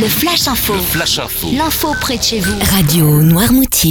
Le Flash Info. Flash Info. L'info près de chez vous. Radio Noirmoutier.